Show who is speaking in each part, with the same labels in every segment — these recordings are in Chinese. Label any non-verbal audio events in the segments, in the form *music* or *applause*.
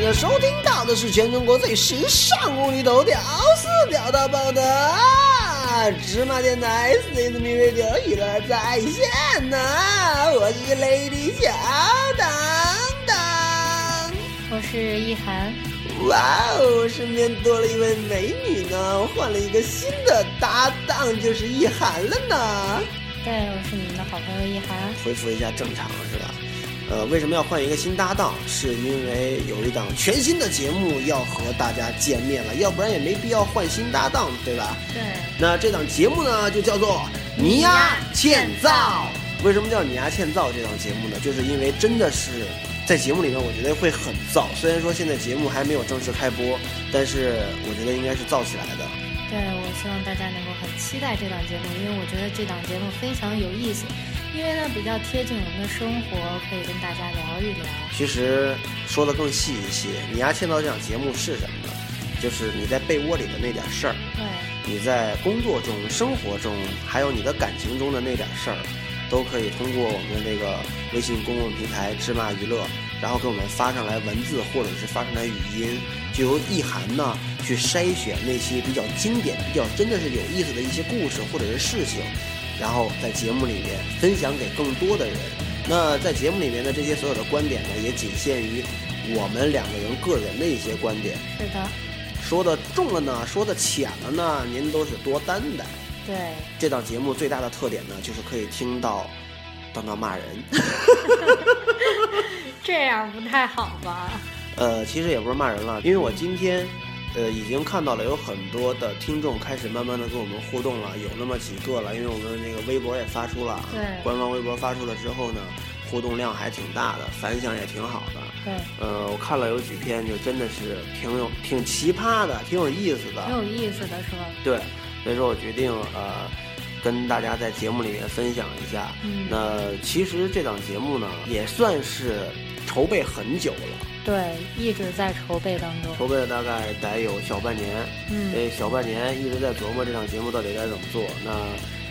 Speaker 1: 家收听到的是全中国最时尚、无厘头、屌丝、屌到爆的芝麻电台 C S M Radio 娱乐在线呐、我是 Lady 小当当。
Speaker 2: 我是一涵，
Speaker 1: 哇哦，身边多了一位美女呢，换了一个新的搭档，就是意涵了呢。
Speaker 2: 对，我是你们的好朋友一涵。
Speaker 1: 恢复一下正常是吧？呃，为什么要换一个新搭档？是因为有一档全新的节目要和大家见面了，要不然也没必要换新搭档，对吧？
Speaker 2: 对，
Speaker 1: 那这档节目呢，就叫做《泥呀欠造》。为什么叫《泥呀欠造》这档节目呢？就是因为真的是在节目里面，我觉得会很燥。虽然说现在节目还没有正式开播，但是我觉得应该是燥起来的。
Speaker 2: 对我希望大家能够很期待这档节目，因为我觉得这档节目非常有意思，因为呢比较贴近我们的生活，可以跟大家聊一聊。
Speaker 1: 其实说的更细一些，《泥呀欠造》这档节目是什么呢？就是你在被窝里的那点事儿。
Speaker 2: 对，
Speaker 1: 你在工作中、生活中，还有你的感情中的那点事儿，都可以通过我们的那个微信公共平台“芝麻娱乐”，然后给我们发上来文字或者是发上来语音，就由意涵呢去筛选那些比较经典、比较真的是有意思的一些故事或者是事情，然后在节目里面分享给更多的人。那在节目里面的这些所有的观点呢，也仅限于我们两个人个人的一些观点。
Speaker 2: 是的，
Speaker 1: 说的重了呢，说的浅了呢，您都是多担待。
Speaker 2: 对，
Speaker 1: 这档节目最大的特点呢，就是可以听到当当骂人。
Speaker 2: *laughs* *laughs* 这样不太好吧？ *laughs*
Speaker 1: 呃，其实也不是骂人了，因为我今天，呃，已经看到了有很多的听众开始慢慢的跟我们互动了，有那么几个了，因为我们那个微博也发出了，啊
Speaker 2: 对
Speaker 1: 官方微博发出了之后呢，互动量还挺大的，反响也挺好的。
Speaker 2: 对，
Speaker 1: 呃，我看了有几篇，就真的是挺有挺奇葩的，挺有意思的，
Speaker 2: 挺有意思的是吧？
Speaker 1: 对，所以说我决定呃，跟大家在节目里面分享一下。
Speaker 2: 嗯
Speaker 1: 那其实这档节目呢，也算是筹备很久了，
Speaker 2: 对，一直在筹备当中。
Speaker 1: 筹备了大概得有小半年。
Speaker 2: 嗯，
Speaker 1: 这小半年一直在琢磨这档节目到底该怎么做。那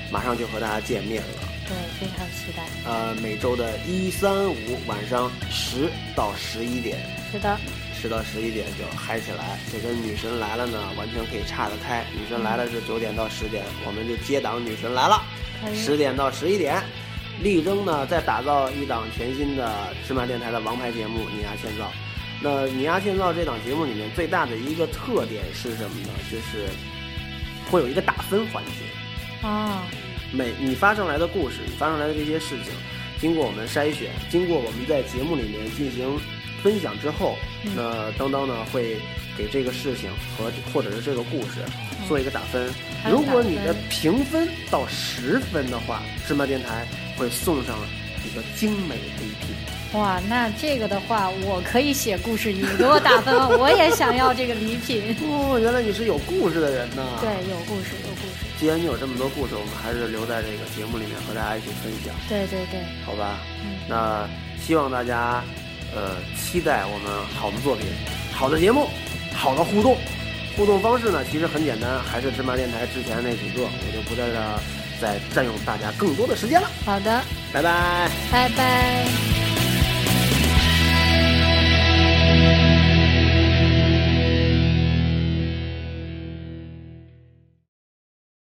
Speaker 1: 马上就和大家见面了。
Speaker 2: 对，非常期待。
Speaker 1: 呃，每周的一、三、五晚上十到十一点，
Speaker 2: 是的，
Speaker 1: 十到十一点就嗨起来。这跟女神来了呢，完全可以岔得开。女神来了是九点到十点，我们就接档女神来了。
Speaker 2: 可以。
Speaker 1: 十点到十一点，力争呢再打造一档全新的芝麻电台的王牌节目《你丫欠造》。那《你丫欠造》这档节目里面最大的一个特点是什么呢？就是会有一个打分环节，
Speaker 2: 啊、
Speaker 1: 每你发上来的故事，你发上来的这些事情，经过我们筛选，经过我们在节目里面进行分享之后，
Speaker 2: 嗯
Speaker 1: 那当当呢会给这个事情和或者是这个故事做一个打分。
Speaker 2: 嗯还有
Speaker 1: 如
Speaker 2: 打
Speaker 1: 果你
Speaker 2: 分
Speaker 1: 的评分到十分的话，芝麻电台会送上一个精美的礼品。
Speaker 2: 哇，那这个的话，我可以写故事，你给我打分 *laughs* 吧，我也想要这个礼品。
Speaker 1: 哦，原来你是有故事的人呐！
Speaker 2: 嗯对，有故事，有故事。
Speaker 1: 既然你有这么多故事，我们还是留在这个节目里面和大家一起分享，
Speaker 2: 对对对，
Speaker 1: 好吧？
Speaker 2: 嗯，
Speaker 1: 那希望大家，呃，期待我们好的作品、好的节目、好的互动。互动方式呢，其实很简单，还是芝麻电台之前那几个，我就不在这儿再占用大家更多的时间了。
Speaker 2: 好的，
Speaker 1: 拜拜。
Speaker 2: 拜拜。